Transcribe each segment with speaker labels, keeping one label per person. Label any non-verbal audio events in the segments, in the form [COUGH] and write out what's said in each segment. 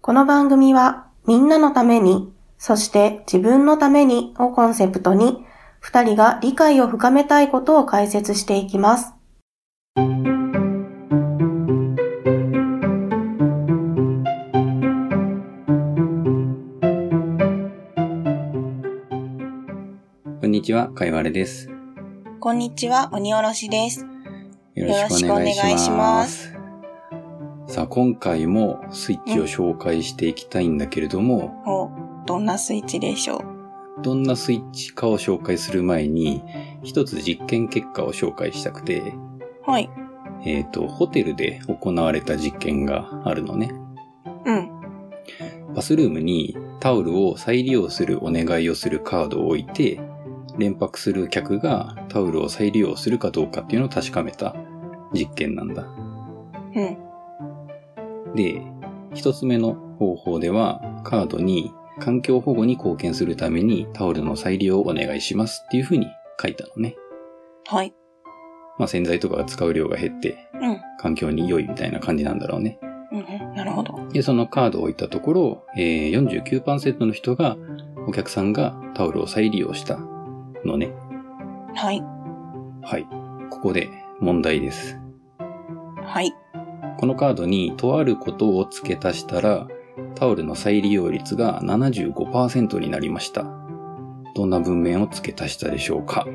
Speaker 1: この番組は、みんなのために、そして自分のためにをコンセプトに、二人が理解を深めたいことを解説していきます。
Speaker 2: こんにちは、かいわれです。
Speaker 1: こんにちは、鬼おろしです。
Speaker 2: よろしくお願い
Speaker 1: よろし
Speaker 2: し
Speaker 1: くお願い
Speaker 2: ま
Speaker 1: し
Speaker 2: す。
Speaker 1: ます
Speaker 2: さあ、今回もスイッチを紹介していきたいんだけれども、
Speaker 1: お、どんなスイッチでしょう
Speaker 2: どんなスイッチかを紹介する前に、一つ実験結果を紹介したくて、
Speaker 1: はい。
Speaker 2: えっ、と、ホテルで行われた実験があるのね。
Speaker 1: うん。
Speaker 2: バスルームにタオルを再利用するお願いをするカードを置いて、連泊する客がタオルを再利用するかどうかっていうのを確かめた実験なんだ。
Speaker 1: うん。
Speaker 2: で、一つ目の方法では、カードに環境保護に貢献するためにタオルの再利用をお願いしますっていう風に書いたのね。
Speaker 1: はい。
Speaker 2: まあ洗剤とかが使う量が減って
Speaker 1: うん。
Speaker 2: 環境に良いみたいな感じなんだろうね。
Speaker 1: うん。なるほど。
Speaker 2: で、そのカードを置いたところ、えー、49%の人が、お客さんがタオルを再利用したのね。
Speaker 1: はい。
Speaker 2: はい。ここで問題です。
Speaker 1: はい。
Speaker 2: このカードにとあることを付け足したら、タオルの再利用率が75%になりました。どんな文面を付け足したでしょうか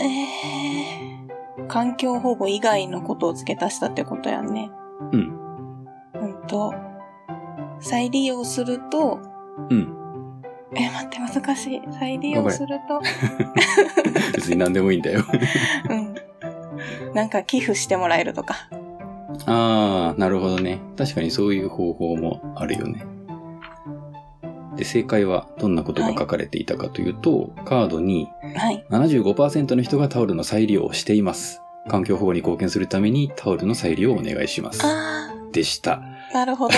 Speaker 1: えー、環境保護以外のことを付け足したってことやんね。
Speaker 2: うん。
Speaker 1: うんと、再利用すると、
Speaker 2: うん。
Speaker 1: え、待って、難しい。再利用すると、
Speaker 2: 別に何でもいいんだよ。
Speaker 1: うん。なんか寄付してもらえるとか。
Speaker 2: [LAUGHS] あー、なるほどね。確かにそういう方法もあるよね。で、正解はどんなことが書かれていたかというと、カードに
Speaker 1: はい。
Speaker 2: 75%の人がタオルの再利用をしています。環境保護に貢献するためにタオルの再利用をお願いします。
Speaker 1: あ
Speaker 2: でした。
Speaker 1: ー、なるほど。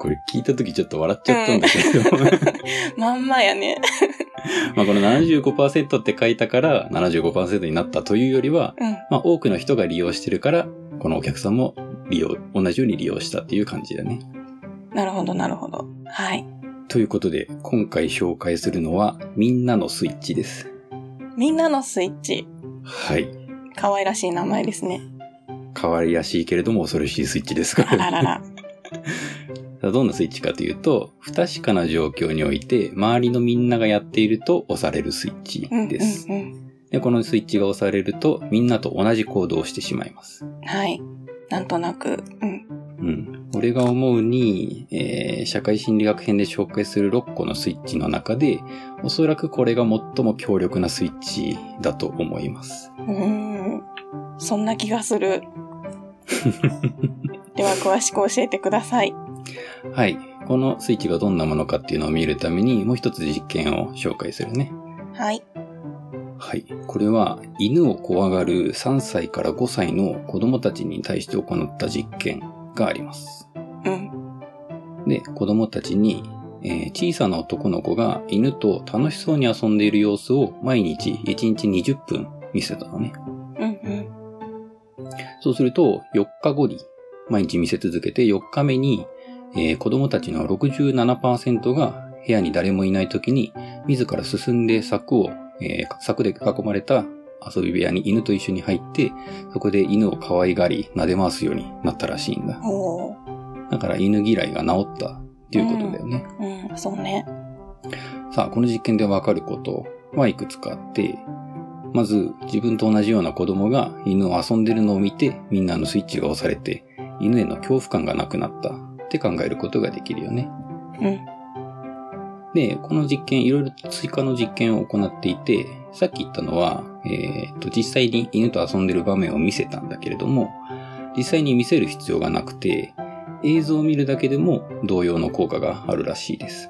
Speaker 2: これ聞いた時ちょっと笑っちゃったんだけど、
Speaker 1: まんまやね。
Speaker 2: まあこの75%って書いたから75%になったというよりは、
Speaker 1: うん。
Speaker 2: まあ多くの人が利用してるから、このお客さんも利用、同じように利用したっていう感じだね。
Speaker 1: なるほど、なるほど。はい。
Speaker 2: ということで、今回紹介するのはみんなのスイッチです。
Speaker 1: みんなのスイッチ。
Speaker 2: はい。
Speaker 1: 可愛らしい名前ですね。
Speaker 2: 可愛らしいけれども恐ろしいスイッチですか
Speaker 1: あ
Speaker 2: ら
Speaker 1: ら。らら。
Speaker 2: どんなスイッチかというと、不確かな状況において、周りのみんながやっていると押されるスイッチ
Speaker 1: うん、うん、
Speaker 2: です。
Speaker 1: うん。
Speaker 2: で、このスイッチが押されると、みんなと同じ行動をしてしまいます。
Speaker 1: はい。なんとなく、うん。
Speaker 2: うん。俺が思うに、えー社会心理学編で紹介する6個のスイッチの中で、おそらくこれが最も強力なスイッチだと思います。
Speaker 1: うーん。そんな気がする。では、詳しく教えてください。
Speaker 2: はい。このスイッチがどんなものかっていうのを見るために、もう一つ実験を紹介するね。
Speaker 1: はい。
Speaker 2: はい。これは、犬を怖がる3歳から5歳の子供たちに対して行った実験があります。
Speaker 1: うん。
Speaker 2: で、子供たちに、えー小さな男の子が犬と楽しそうに遊んでいる様子を毎日1日20分見せたのね。
Speaker 1: うん、
Speaker 2: そうすると、4日後に、毎日見せ続けて4日目に、えー子供たちの67%が部屋に誰もいない時に、自ら進んで柵を、えー柵で囲まれた遊び部屋に犬と一緒に入って、そこで犬を可愛がり、撫で回すようになったらしいんだ
Speaker 1: うん。。おー。
Speaker 2: だから犬嫌いが治ったっていうことだよね。
Speaker 1: うん、そうね。
Speaker 2: さあ、この実験でわかることはいくつかあって、まず自分と同じような子供が犬を遊んでるのを見て、みんなのスイッチが押されて、犬への恐怖感がなくなったって考えることができるよね。
Speaker 1: うん。
Speaker 2: で、この実験、いろいろと追加の実験を行っていて、さっき言ったのは、えー、と、実際に犬と遊んでる場面を見せたんだけれども、実際に見せる必要がなくて、映像を見るだけでも同様の効果があるらしいです。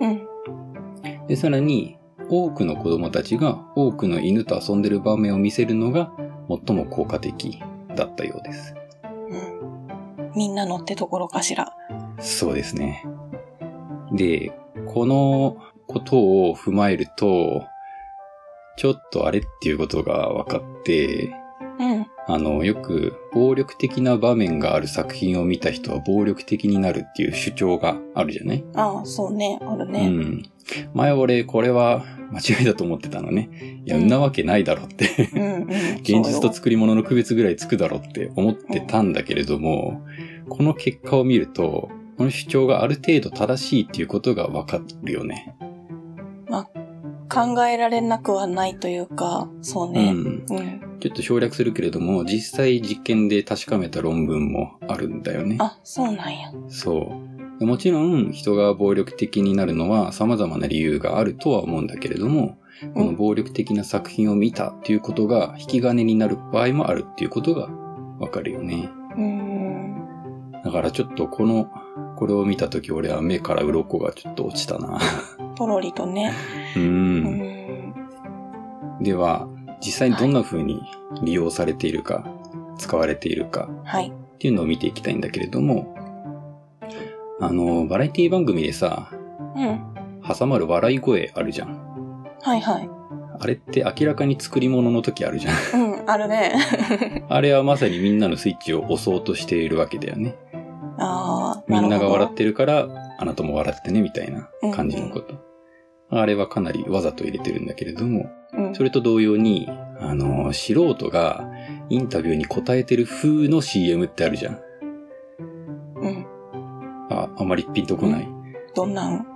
Speaker 1: うん。
Speaker 2: で、さらに、多くの子供たちが多くの犬と遊んでる場面を見せるのが最も効果的だったようです。
Speaker 1: うん。みんなのってところかしら。
Speaker 2: そうですね。で、このことを踏まえると、ちょっとあれっていうことが分かって、
Speaker 1: うん。
Speaker 2: あの、よく暴力的な場面がある作品を見た人は暴力的になるっていう主張があるじゃない、
Speaker 1: ああ、そうね。ある
Speaker 2: う
Speaker 1: ね。
Speaker 2: ん。前俺これは間違いだと思ってたのね。いや、
Speaker 1: うん
Speaker 2: んなわけないだろって。
Speaker 1: うん、うん。
Speaker 2: [LAUGHS] 現実と
Speaker 1: そうよ
Speaker 2: 作り物の区別ぐらいつくだろって思ってたんだけれども、この結果を見ると、この主張がある程度正しいっていうことがわかるよね。
Speaker 1: 考えられなくはないというか、そう
Speaker 2: う
Speaker 1: ね。
Speaker 2: ん。
Speaker 1: うん。
Speaker 2: ちょっと省略するけれども、実際実験で確かめた論文もあるんだよね。
Speaker 1: あ、そうなんや。
Speaker 2: そう。でもちろん人が暴力的になるのは様々な理由があるとは思うんだけれども、この暴力的な作品を見たっていうことが引き金になる場合もあるっていうことがわかるよね。
Speaker 1: うん。
Speaker 2: だからちょっとこの、これを見たとき俺は目から鱗がちょっと落ちたな。
Speaker 1: ポロリとね。
Speaker 2: う。
Speaker 1: うんん。
Speaker 2: では、実際にどんな風に利用されているか、使われているか
Speaker 1: はい。
Speaker 2: っていうのを見ていきたいんだけれども、あの、バラエティ番組でさ、
Speaker 1: うん。
Speaker 2: 挟まる笑い声あるじゃん。
Speaker 1: はいはい。
Speaker 2: あれって明らかに作り物の時あるじゃん。 [LAUGHS]
Speaker 1: うん、あるね。 [LAUGHS]
Speaker 2: あれはまさにみんなのスイッチを押そうとしているわけだよね。
Speaker 1: ああ、
Speaker 2: みんなが笑
Speaker 1: っ
Speaker 2: ってるから、あなたも笑ってね、みたいな感じのこと。あれはかなりわざと入れてるんだけれども、
Speaker 1: て、うん
Speaker 2: それと同様に、あの、素人がインタビューに答えてる風の CM ってあるじゃん。
Speaker 1: うん。
Speaker 2: あ、あまりピンとこない。
Speaker 1: どんなん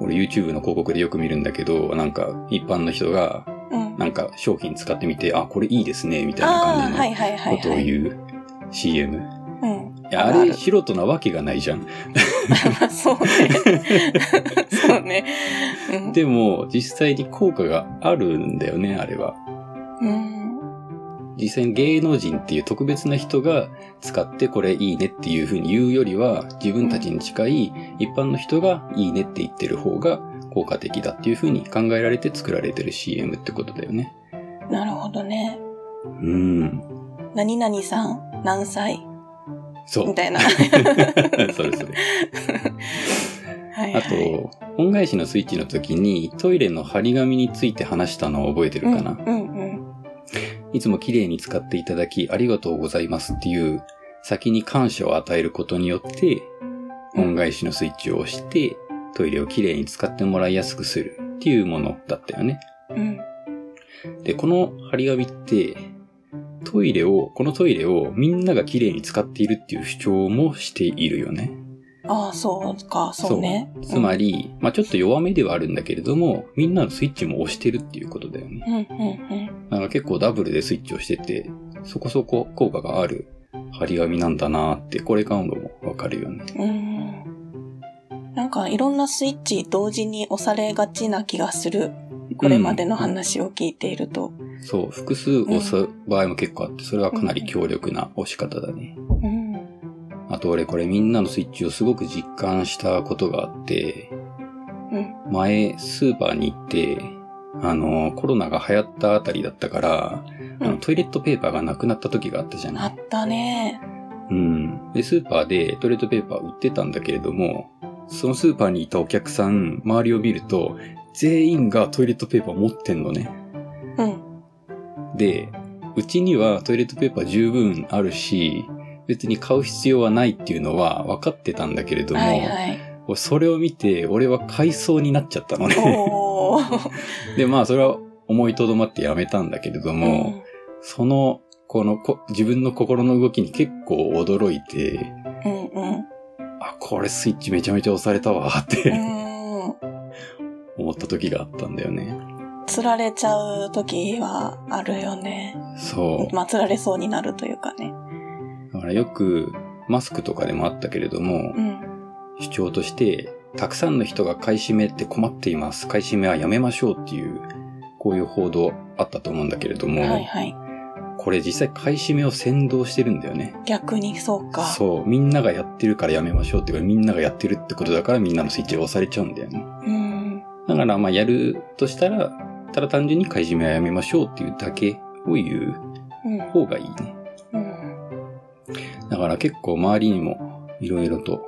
Speaker 2: 俺 YouTube の広告でよく見るんだけど、なんか一般の人が、
Speaker 1: うん。
Speaker 2: なんか商品使ってみて、あ、これいいですね、みたいな
Speaker 1: ああ、
Speaker 2: 感
Speaker 1: は
Speaker 2: じ
Speaker 1: いはいは
Speaker 2: の
Speaker 1: い、
Speaker 2: ことを
Speaker 1: はい。
Speaker 2: 言う CM。
Speaker 1: うん。 [LAUGHS]
Speaker 2: いや、あ
Speaker 1: あ
Speaker 2: れ
Speaker 1: る
Speaker 2: 素人なわけがないじゃん。
Speaker 1: そう
Speaker 2: [LAUGHS]
Speaker 1: ね。そうね。うん
Speaker 2: でも、実際に効果があるんだよね、あれは。
Speaker 1: うん。
Speaker 2: 実際に芸能人っていう特別な人が使ってこれいいねっていうふうに言うよりは、自分たちに近い一般の人がいいねって言ってる方が効果的だっていうふうに考えられて作られてる CM ってことだよね。
Speaker 1: なるほどね。
Speaker 2: うん。
Speaker 1: 何々さん、何歳
Speaker 2: そう。
Speaker 1: みたいな。
Speaker 2: [LAUGHS] それそれ。
Speaker 1: はい、
Speaker 2: あ
Speaker 1: はい。
Speaker 2: と、恩返しのスイッチの時にトイレの張り紙について話したのを覚えてるかな、
Speaker 1: うんうん
Speaker 2: いつも綺麗に使っていただきありがとうございますっていう先に感謝を与えることによって
Speaker 1: うん
Speaker 2: 恩返しのスイッチを押してトイレを綺麗に使ってもらいやすくするっていうものだったよね。
Speaker 1: うん。
Speaker 2: で、この張り紙ってトイレを、このトイレをみんなが綺麗に使っているっていう主張もしているよね。
Speaker 1: ああ、そうか、そうね。
Speaker 2: つまり、まあちょっと弱めではあるんだけれども、みんなのスイッチも押してるっていうことだよね。
Speaker 1: うん、うん、うん
Speaker 2: なんか結構ダブルでスイッチをしてて、そこそこ効果がある張り紙なんだなーって、これからもわかるよね。
Speaker 1: うん。うん。なんか、いろんなスイッチ同時に押されがちな気がする。これまでの話を聞いていると。
Speaker 2: そう、複数押す場合も結構あって、それはかなり強力な押し方だね。
Speaker 1: うん。
Speaker 2: あと俺これみんなのスイッチをすごく実感したことがあって、
Speaker 1: うん
Speaker 2: 前スーパーに行って、あの、コロナが流行ったあたりだったから、あの
Speaker 1: うん
Speaker 2: トイレットペーパーがなくなった時があったじゃない
Speaker 1: あったね。
Speaker 2: うん。で、スーパーでトイレットペーパー売ってたんだけれども、そのスーパーにいたお客さん、周りを見ると、全員がトイレットペーパー持ってんのね。
Speaker 1: うん。
Speaker 2: で、うちにはトイレットペーパー十分あるし、別に買う必要はないっていうのは分かってたんだけれども、
Speaker 1: はい
Speaker 2: [LAUGHS]
Speaker 1: はい。
Speaker 2: 俺それを見て、俺は改装になっちゃった
Speaker 1: [LAUGHS]
Speaker 2: のね。
Speaker 1: おー。
Speaker 2: で、まあ、それは思いとどまってやめたんだけれども、その、このこ、自分の心の動きに結構驚いて、
Speaker 1: うん、うん、うん。
Speaker 2: あ、これスイッチめちゃめちゃ押されたわっ [LAUGHS]
Speaker 1: う
Speaker 2: て
Speaker 1: ーん。
Speaker 2: 思った時があったんだよね。
Speaker 1: 釣られちゃう時はあるよね。
Speaker 2: そ
Speaker 1: まあ、釣られそうになるというかね。
Speaker 2: う。だからよくマスクとかでもあったけれども
Speaker 1: う、ん。
Speaker 2: 主張として、たくさんの人が買い占めって困っています。買い占めはやめましょうっていう、こういう報道あったと思うんだけれども、
Speaker 1: はいはい。
Speaker 2: これ実際買い占めを先導してるんだよね。
Speaker 1: 逆にそうか。
Speaker 2: そう。みんながやってるからやめましょうっていうか、みんながやってるってことだからみんなのスイッチが押されちゃうんだよね。
Speaker 1: うん。
Speaker 2: だから、まあ、やるとしたら、ただ単純に買い占めはやめましょうっていうだけを言
Speaker 1: うん
Speaker 2: う。方がいいね。
Speaker 1: うん。
Speaker 2: だから結構周りにも、いろいろと、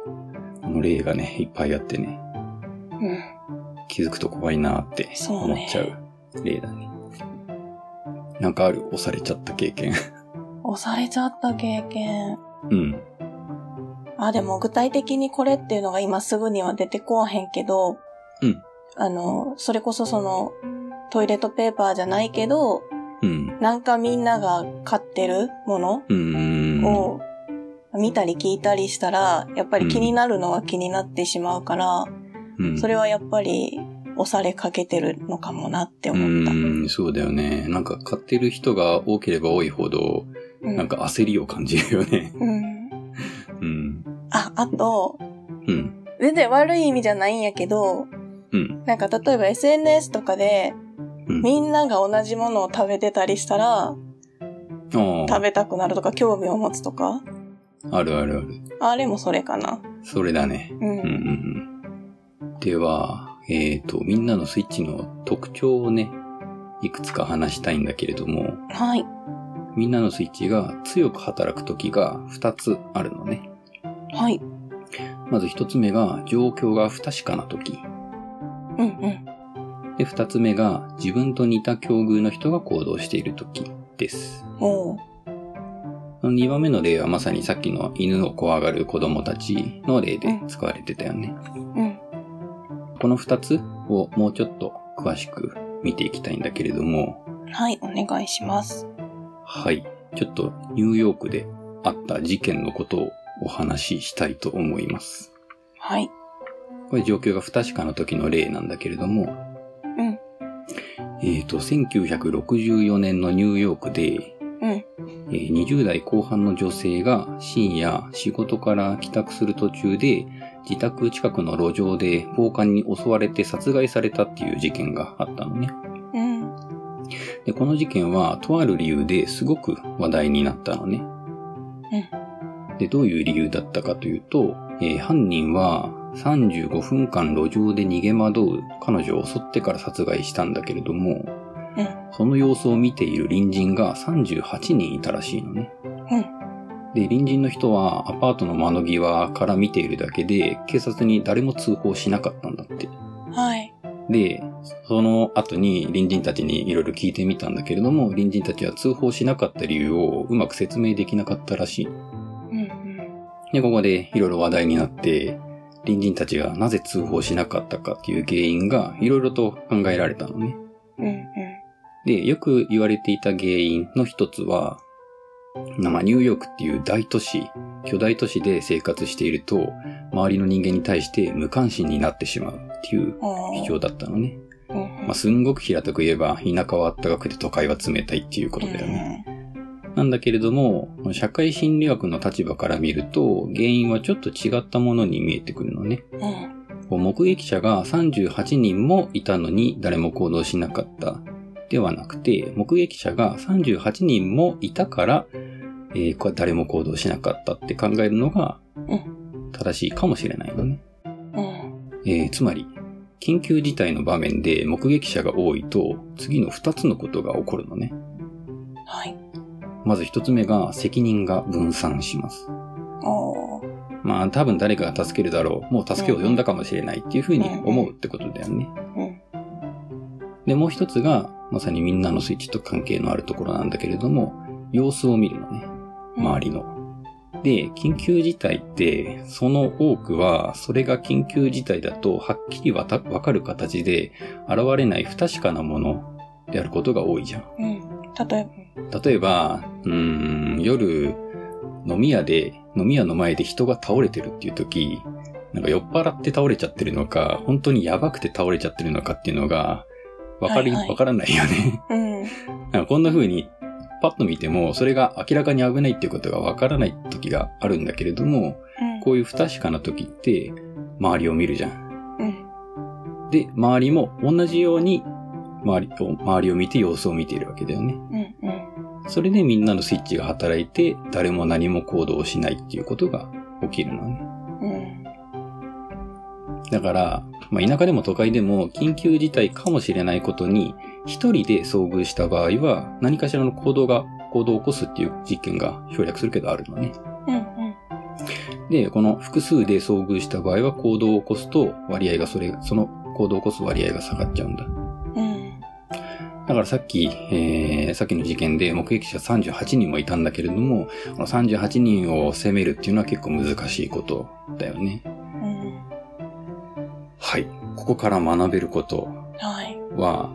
Speaker 2: この例がね、いっぱいあってね、
Speaker 1: うん。
Speaker 2: 気づくと怖いなーって
Speaker 1: そうね
Speaker 2: 思っちゃう例だね。なんかある押されちゃった経験。 [LAUGHS]
Speaker 1: 押されちゃった経験。
Speaker 2: うん。
Speaker 1: あ、でも具体的にこれっていうのが今すぐには出てこうへんけど、
Speaker 2: うん
Speaker 1: あの、それこそその、トイレットペーパーじゃないけど、
Speaker 2: うん。
Speaker 1: なんかみんなが買ってるもの
Speaker 2: うーん。
Speaker 1: を見たり聞いたりしたら、やっぱり気になるのは気になってしまうから、
Speaker 2: うん、
Speaker 1: それはやっぱり押されかけてるのかもなって
Speaker 2: う
Speaker 1: 思った。
Speaker 2: ーん、そうだよね。なんか買ってる人が多ければ多いほど、
Speaker 1: うん
Speaker 2: なんか焦りを感じるよね。
Speaker 1: うん。
Speaker 2: うん。
Speaker 1: あ、あと、
Speaker 2: うん。
Speaker 1: 全然悪い意味じゃないんやけど、
Speaker 2: うん。
Speaker 1: なんか例えば SNS とかで、
Speaker 2: うん。
Speaker 1: みんなが同じものを食べてたりしたら、
Speaker 2: あ
Speaker 1: 食べたくなるとか、興味を持つとか、
Speaker 2: あ、あるあるある。
Speaker 1: あれもそれかな。
Speaker 2: それだね。
Speaker 1: う
Speaker 2: うんうん
Speaker 1: ん。
Speaker 2: うん。では、えっ、と、みんなのスイッチの特徴をね、いくつか話したいんだけれども、
Speaker 1: はい。
Speaker 2: みんなのスイッチが強く働く時が2つあるのね。
Speaker 1: はい。
Speaker 2: まず1つ目が状況が不確かな時。
Speaker 1: うんうん。
Speaker 2: で、2つ目が自分と似た境遇の人が行動している時です。
Speaker 1: おう。
Speaker 2: その2番目の例はまさにさっきの犬を怖がる子供たちの例で使われてたよね。
Speaker 1: うん。
Speaker 2: この2つをもうちょっと詳しく見ていきたいんだけれども、
Speaker 1: はい、お願いします。
Speaker 2: はい。ちょっとニューヨークであった事件のことをお話ししたいと思います。
Speaker 1: はい。
Speaker 2: これ状況が不確かな時の例なんだけれども、
Speaker 1: うん。
Speaker 2: えっ、と、1964年のニューヨークで、
Speaker 1: うん。
Speaker 2: えー20代後半の女性が深夜仕事から帰宅する途中で自宅近くの路上で暴漢に襲われて殺害されたっていう事件があったのね。
Speaker 1: うん。
Speaker 2: で、この事件はとある理由ですごく話題になったのね。で、どういう理由だったかというと、えー犯人は35分間路上で逃げ惑う彼女を襲ってから殺害したんだけれども、
Speaker 1: うん
Speaker 2: その様子を見ている隣人が38人いたらしいのね。
Speaker 1: うん
Speaker 2: で、隣人の人はアパートの窓際から見ているだけで、警察に誰も通報しなかったんだって。
Speaker 1: はい。
Speaker 2: で、その後に隣人たちにいろいろ聞いてみたんだけれども、隣人たちは通報しなかった理由をうまく説明できなかったらしい。
Speaker 1: うん
Speaker 2: で、ここでいろいろ話題になって、隣人たちがなぜ通報しなかったかっていう原因がいろいろと考えられたのね。
Speaker 1: うん。うんうん。
Speaker 2: で、よく言われていた原因の一つは、まあ、ニューヨークっていう大都市、巨大都市で生活していると、周りの人間に対して無関心になってしまうっていう
Speaker 1: おう
Speaker 2: 主張だったのね。
Speaker 1: うんうん
Speaker 2: まあ、すんごく平たく言えば、田舎は暖かくて都会は冷たいっていうことだよね。なんだけれども、社会心理学の立場から見ると、原因はちょっと違ったものに見えてくるのね。
Speaker 1: うんうん。
Speaker 2: こう目撃者が38人もいたのに誰も行動しなかった。ではなくて、目撃者が38人もいたから、えーこれ誰も行動しなかったって考えるのが
Speaker 1: う、
Speaker 2: 正しいかもしれないのね。
Speaker 1: うん。
Speaker 2: えーつまり、緊急事態の場面で目撃者が多いと、次の2つのことが起こるのね。
Speaker 1: はい。
Speaker 2: まず1つ目が、責任が分散します。
Speaker 1: おう
Speaker 2: まあ、多分誰かが助けるだろう。もう助けを呼んだかもしれないっていうふうに思うってことだよね。
Speaker 1: うん。
Speaker 2: で、もう1つが、まさにみんなのスイッチと関係のあるところなんだけれども、様子を見るのね。周りの。で、緊急事態って、その多くは、それが緊急事態だと、はっきりわたわかる形で、現れない不確かなものであることが多いじゃん。
Speaker 1: うん。うん。例え
Speaker 2: 例えば、うーん、夜、飲み屋で、飲み屋の前で人が倒れてるっていう時、なんか酔っ払って倒れちゃってるのか、本当にやばくて倒れちゃってるのかっていうのが、わかり、
Speaker 1: は
Speaker 2: わ、
Speaker 1: いはい
Speaker 2: からないよね。
Speaker 1: ば、うん。
Speaker 2: なんかこんな風に、パッと見ても、それが明らかに危ないっていうことがわからない時があるんだけれども、
Speaker 1: うん
Speaker 2: こういう不確かな時って、周りを見るじゃん。
Speaker 1: うん。
Speaker 2: で、周りも同じように、周りを、周りを見て様子を見ているわけだよね。
Speaker 1: うん。うん。
Speaker 2: それでみんなのスイッチが働いて、誰も何も行動しないっていうことが起きるのね。
Speaker 1: うん。
Speaker 2: だから、まあ、田舎でも都会でも緊急事態かもしれないことに、一人で遭遇した場合は、何かしらの行動が、行動を起こすっていう実験が省略するけどあるのね。
Speaker 1: うん。
Speaker 2: で、この複数で遭遇した場合は行動を起こすと割合がそれ、その行動を起こす割合が下がっちゃうんだ。
Speaker 1: うん。
Speaker 2: だからさっき、えー、さっきの事件で目撃者38人もいたんだけれども、この38人を責めるっていうのは結構難しいことだよね。
Speaker 1: うん。
Speaker 2: はい。ここから学べること
Speaker 1: はい。
Speaker 2: は、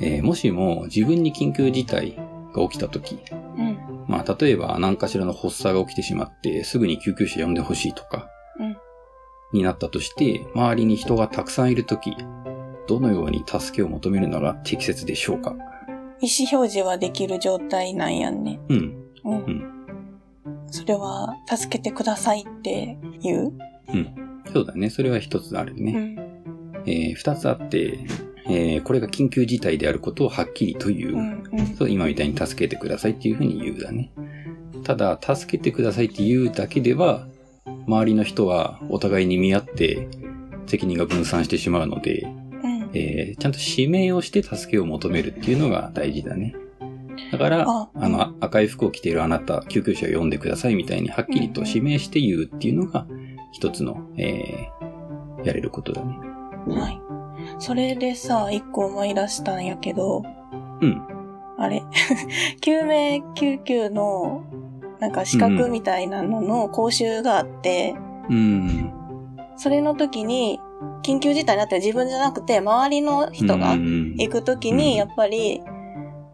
Speaker 2: えーもしも自分に緊急事態が起きたとき、
Speaker 1: うん。
Speaker 2: まあ、例えば何かしらの発作が起きてしまって、すぐに救急車呼んでほしいとか、
Speaker 1: うん
Speaker 2: になったとして、周りに人がたくさんいるとき、どのように助けを求めるのが適切でしょうか
Speaker 1: 意思表示はできる状態なんやんね。
Speaker 2: うん。
Speaker 1: うん。
Speaker 2: う
Speaker 1: それは、助けてくださいって言う
Speaker 2: そうだね。それは一つある
Speaker 1: う
Speaker 2: ね。
Speaker 1: ん。
Speaker 2: えー二つあって、えーこれが緊急事態であることをはっきりというう。
Speaker 1: ん。うん。
Speaker 2: そう、今みたいに助けてくださいっていうふうに言うだね。ただ、助けてくださいって言うだけでは、周りの人はお互いに見合って責任が分散してしまうので、
Speaker 1: うん。
Speaker 2: えーちゃんと指名をして助けを求めるっていうのが大事だね。だから、
Speaker 1: あ
Speaker 2: あの、赤い服を着ているあなた、救急車を呼んでくださいみたいにはっきりと指名して言うっていうのが、一つの、えーやれることだね。
Speaker 1: はい。それでさ、一個思い出したんやけど、
Speaker 2: うん。
Speaker 1: あれ救命救急の、なんか資格みたいなのの講習があって、
Speaker 2: うん。
Speaker 1: それの時に、緊急事態になって自分じゃなくて、周りの人が
Speaker 2: うん
Speaker 1: 行く時
Speaker 2: うん
Speaker 1: に、やっぱり、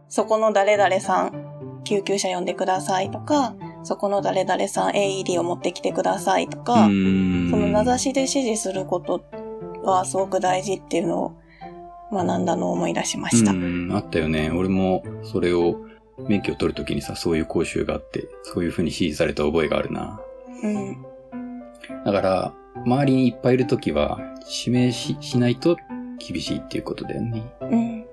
Speaker 1: そこの誰々さん、救急車呼んでくださいとか、そこの誰々さん AED を持ってきてくださいとか、
Speaker 2: うん
Speaker 1: その名指しで指示することはすごく大事っていうのを学んだのを思い出しました。
Speaker 2: うん、あったよね。俺もそれを免許を取るときにさ、そういう講習があって、そういう風に指示された覚えがあるな。
Speaker 1: うん。
Speaker 2: だから、周りにいっぱいいるときは、指名ししないと厳しいっていうことだよね。
Speaker 1: うん。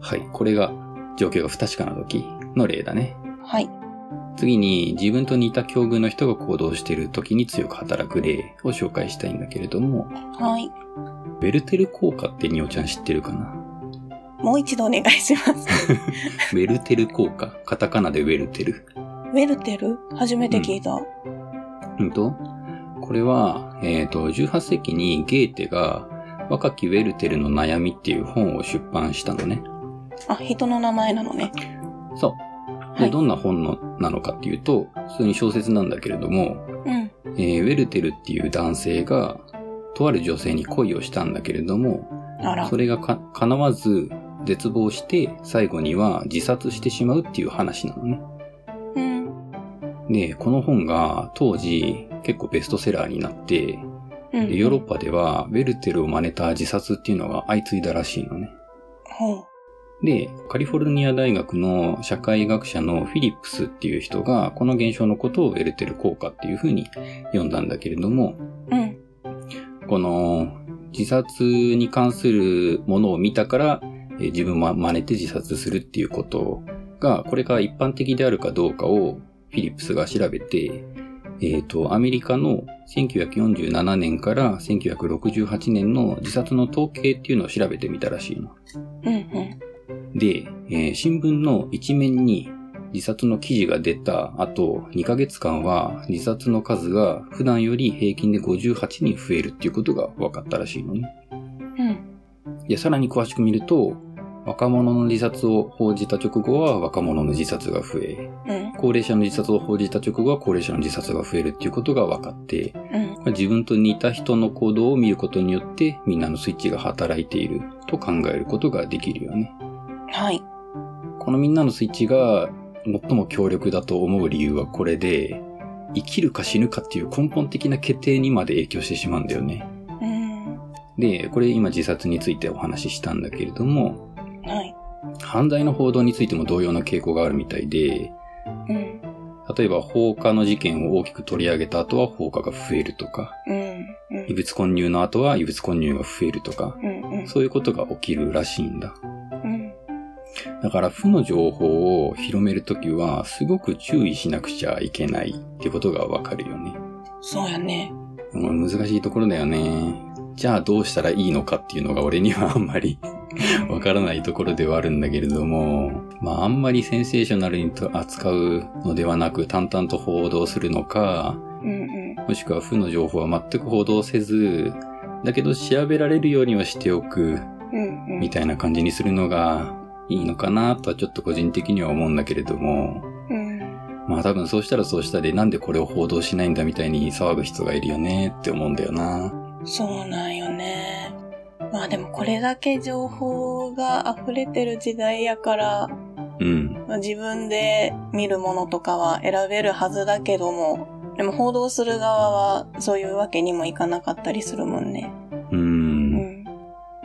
Speaker 2: はい。これが、状況が不確かなときの例だね。
Speaker 1: はい。
Speaker 2: 次に、自分と似た境遇の人が行動しているときに強く働く例を紹介したいんだけれども、
Speaker 1: はい。
Speaker 2: ベルテル効果ってニオちゃん知ってるかな
Speaker 1: もう一度お願いし
Speaker 2: [LAUGHS]
Speaker 1: ます。
Speaker 2: ベルテル効果。カタカナでベルテル。
Speaker 1: ウェルテル初めて聞いた。
Speaker 2: うんと、これは、えっ、と、18世紀にゲーテが若きウェルテルの悩みっていう本を出版したのね。
Speaker 1: あ、人の名前なのね。
Speaker 2: そう。
Speaker 1: は
Speaker 2: で、
Speaker 1: い
Speaker 2: どんな本のなのかっていうと、普通に小説なんだけれども、
Speaker 1: うん。
Speaker 2: えーウェルテルっていう男性が、とある女性に恋をしたんだけれども、
Speaker 1: あら
Speaker 2: そ。れがか叶わず、絶望して、最後には自殺してしまうっていう話なのね。
Speaker 1: うん。
Speaker 2: で、この本が当時結構ベストセラーになって、
Speaker 1: うん。
Speaker 2: でヨーロッパでは、ウェルテルを真似た自殺っていうのが相次いだらしいのね。
Speaker 1: ほう。
Speaker 2: で、カリフォルニア大学の社会学者のフィリップスっていう人が、この現象のことをウェルテル効果っていうふうに呼んだんだけれども、
Speaker 1: うん。
Speaker 2: この自殺に関するものを見たから、えー自分も真似て自殺するっていうことが、これが一般的であるかどうかをフィリップスが調べて、えっ、と、アメリカの1947年から1968年の自殺の統計っていうのを調べてみたらしいの。
Speaker 1: うん。うん。
Speaker 2: で、えー新聞の一面に自殺の記事が出た後、2ヶ月間は自殺の数が普段より平均で58人増えるっていうことが分かったらしいのね。
Speaker 1: うん。
Speaker 2: で、さらに詳しく見ると、若者の自殺を報じた直後は若者の自殺が増え、
Speaker 1: うん。
Speaker 2: 高齢者の自殺を報じた直後は高齢者の自殺が増えるっていうことが分かって、
Speaker 1: うん。
Speaker 2: 自分と似た人の行動を見ることによってみんなのスイッチが働いていると考えることができるよね。
Speaker 1: はい。
Speaker 2: このみんなのスイッチが最も強力だと思う理由はこれで、生きるか死ぬかっていう根本的な決定にまで影響してしまうんだよね。
Speaker 1: うん。
Speaker 2: で、これ今自殺についてお話ししたんだけれども、
Speaker 1: はい。
Speaker 2: 犯罪の報道についても同様な傾向があるみたいで、
Speaker 1: うん。
Speaker 2: 例えば放火の事件を大きく取り上げた後は放火が増えるとか、
Speaker 1: うん。う
Speaker 2: 異
Speaker 1: ん。
Speaker 2: 物混入の後は異物混入が増えるとか、
Speaker 1: うん。うん。
Speaker 2: そういうことが起きるらしいんだ。
Speaker 1: うん。
Speaker 2: だから負の情報を広めるときは、すごく注意しなくちゃいけないってことがわかるよね。
Speaker 1: そうやね。
Speaker 2: うん難しいところだよね。じゃあどうしたらいいのかっていうのが俺にはあんまりわからないところではあるんだけれども、まああんまりセンセーショナルにと扱うのではなく淡々と報道するのか、
Speaker 1: うん。
Speaker 2: もしくは負の情報は全く報道せず、だけど調べられるようにはしておく
Speaker 1: うん。うん。
Speaker 2: みたいな感じにするのがいいのかなとはちょっと個人的には思うんだけれども、
Speaker 1: うん。
Speaker 2: まあ多分そうしたらそうしたでなんでこれを報道しないんだみたいに騒ぐ人がいるよねって思うんだよな。
Speaker 1: そうなんよね。まあでもこれだけ情報が溢れてる時代やから、
Speaker 2: うん。
Speaker 1: まあ自分で見るものとかは選べるはずだけども、でも報道する側はそういうわけにもいかなかったりするもんね。
Speaker 2: う。
Speaker 1: うんん。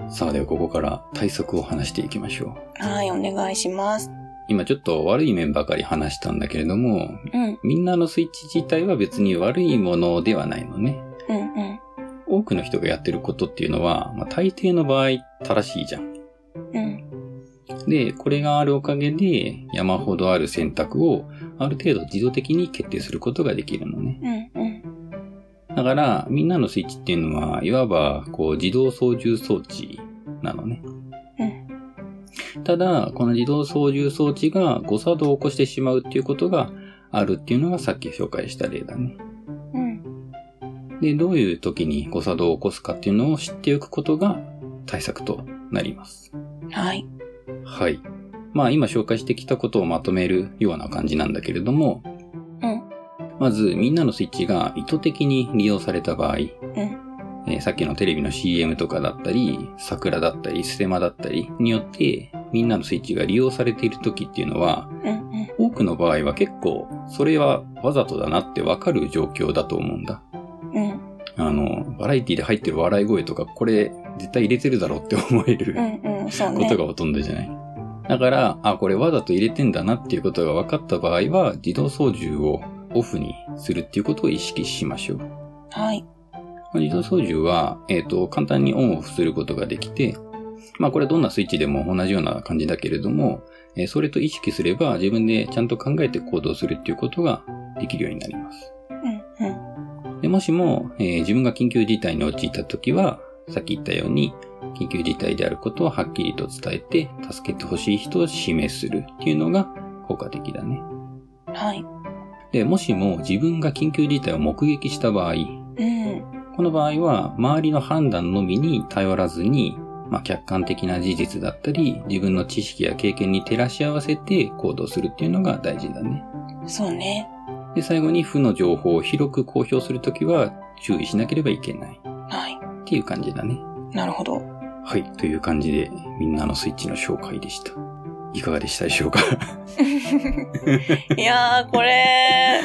Speaker 2: さあではここから対策を話していきましょう。
Speaker 1: はい、お願いします。
Speaker 2: 今ちょっと悪い面ばかり話したんだけれども、
Speaker 1: うん、
Speaker 2: みんなのスイッチ自体は別に悪いものではないのね。
Speaker 1: うん、うん。
Speaker 2: 多くの人がやってることっていうのは、まあ、大抵の場合正しいじゃん。
Speaker 1: うん、
Speaker 2: で、これがあるおかげで山ほどある選択をある程度自動的に決定することができるのね。
Speaker 1: うん、うん。
Speaker 2: だから、みんなのスイッチっていうのは、いわば、こう、自動操縦装置なのね。ただ、この自動操縦装置が誤作動を起こしてしまうっていうことがあるっていうのがさっき紹介した例だね。
Speaker 1: うん、
Speaker 2: で、どういう時に誤作動を起こすかっていうのを知っておくことが対策となります。
Speaker 1: うん。はい。
Speaker 2: はい。まあ今紹介してきたことをまとめるような感じなんだけれども、
Speaker 1: うん、
Speaker 2: まずみんなのスイッチが意図的に利用された場合、えーさっきのテレビの CM とかだったり、桜だったり、ステマだったりによって、みんなのスイッチが利用されている時っていうのは、
Speaker 1: うん、うん。
Speaker 2: 多くの場合は結構、それはわざとだなってわかる状況だと思うんだ。
Speaker 1: うん、
Speaker 2: あの、バラエティで入ってる笑い声とか、これ絶対入れてるだろうって思える
Speaker 1: うん、うん。そう
Speaker 2: こ
Speaker 1: ね
Speaker 2: と。がほとんどじゃない。だから、あ、これわざと入れてんだなっていうことが分かった場合は、自動操縦をオフにするっていうことを意識しましょう。
Speaker 1: はい。
Speaker 2: まあ自動操縦は、えっ、と、簡単にオンオフすることができて、まあこれどんなスイッチでも同じような感じだけれども、えーそれと意識すれば自分でちゃんと考えて行動するっていうことができるようになります。
Speaker 1: うん、うん、
Speaker 2: でもしも、えー自分が緊急事態に陥った時は、さっき言ったように、緊急事態であることをはっきりと伝えて、助けてほしい人を指名するっていうのが効果的だね。
Speaker 1: はい。
Speaker 2: で、もしも自分が緊急事態を目撃した場合、
Speaker 1: うん、
Speaker 2: この場合は周りの判断のみに頼らずに、まあ、客観的な事実だったり、自分の知識や経験に照らし合わせて行動するっていうのが大事だね。
Speaker 1: そうね。
Speaker 2: で、最後に負の情報を広く公表するときは注意しなければいけない
Speaker 1: はい。
Speaker 2: っていう感じだね。
Speaker 1: なるほど。
Speaker 2: はい、という感じで、みんなのスイッチの紹介でした。いかがでしたでしょうか
Speaker 1: いやー、これ、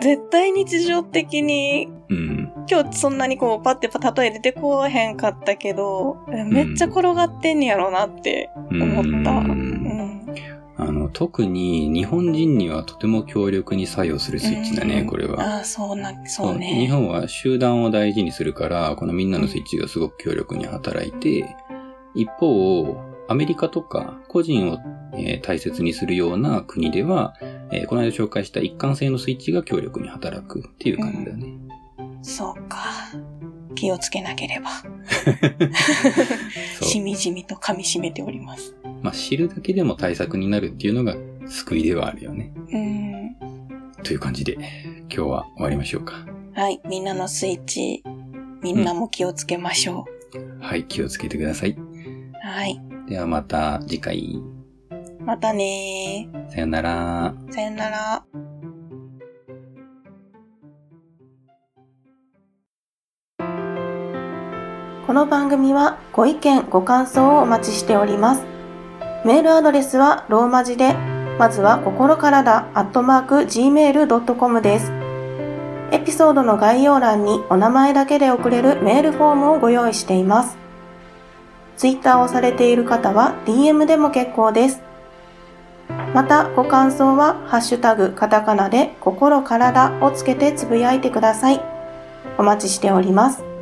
Speaker 1: 絶対日常的に、
Speaker 2: [LAUGHS] うん。
Speaker 1: 今日そんなにこう、パッてパ例え出てこへんかったけど、めっちゃ転がってんやろなって。思った
Speaker 2: う
Speaker 1: うんん。
Speaker 2: あの、特に日本人にはとても強力に作用するスイッチだね、
Speaker 1: うん
Speaker 2: これは。
Speaker 1: ああ、そうな、そう
Speaker 2: 日
Speaker 1: ね。
Speaker 2: 本は集団を大事にするから、このみんなのスイッチがすごく強力に働いて、一方、アメリカとか個人を、えー大切にするような国では、えーこの間紹介した一貫性のスイッチが強力に働くっていう感じだね。
Speaker 1: そうか。気をつけなければ。
Speaker 2: そう
Speaker 1: しみじみと噛み締めております。
Speaker 2: まあ、知るだけでも対策になるっていうのが救いではあるよね。
Speaker 1: うん。
Speaker 2: という感じで、今日は終わりましょうか。
Speaker 1: はい。みんなのスイッチ、みんなも気をつけましょ
Speaker 2: はい、気をつけてください。
Speaker 1: う。はい。
Speaker 2: ではまた次回。
Speaker 1: またね
Speaker 2: さよなら。
Speaker 1: ー。さよなら。
Speaker 3: この番組はご意見、ご感想をお待ちしております。メールアドレスはローマ字で、まずは心からだ、アットマーク、gmail.com です。エピソードの概要欄にお名前だけで送れるメールフォームをご用意しています。ツイッターをされている方は DM でも結構です。また、ご感想は、ハッシュタグ、カタカナで、心からだをつけてつぶやいてください。お待ちしております。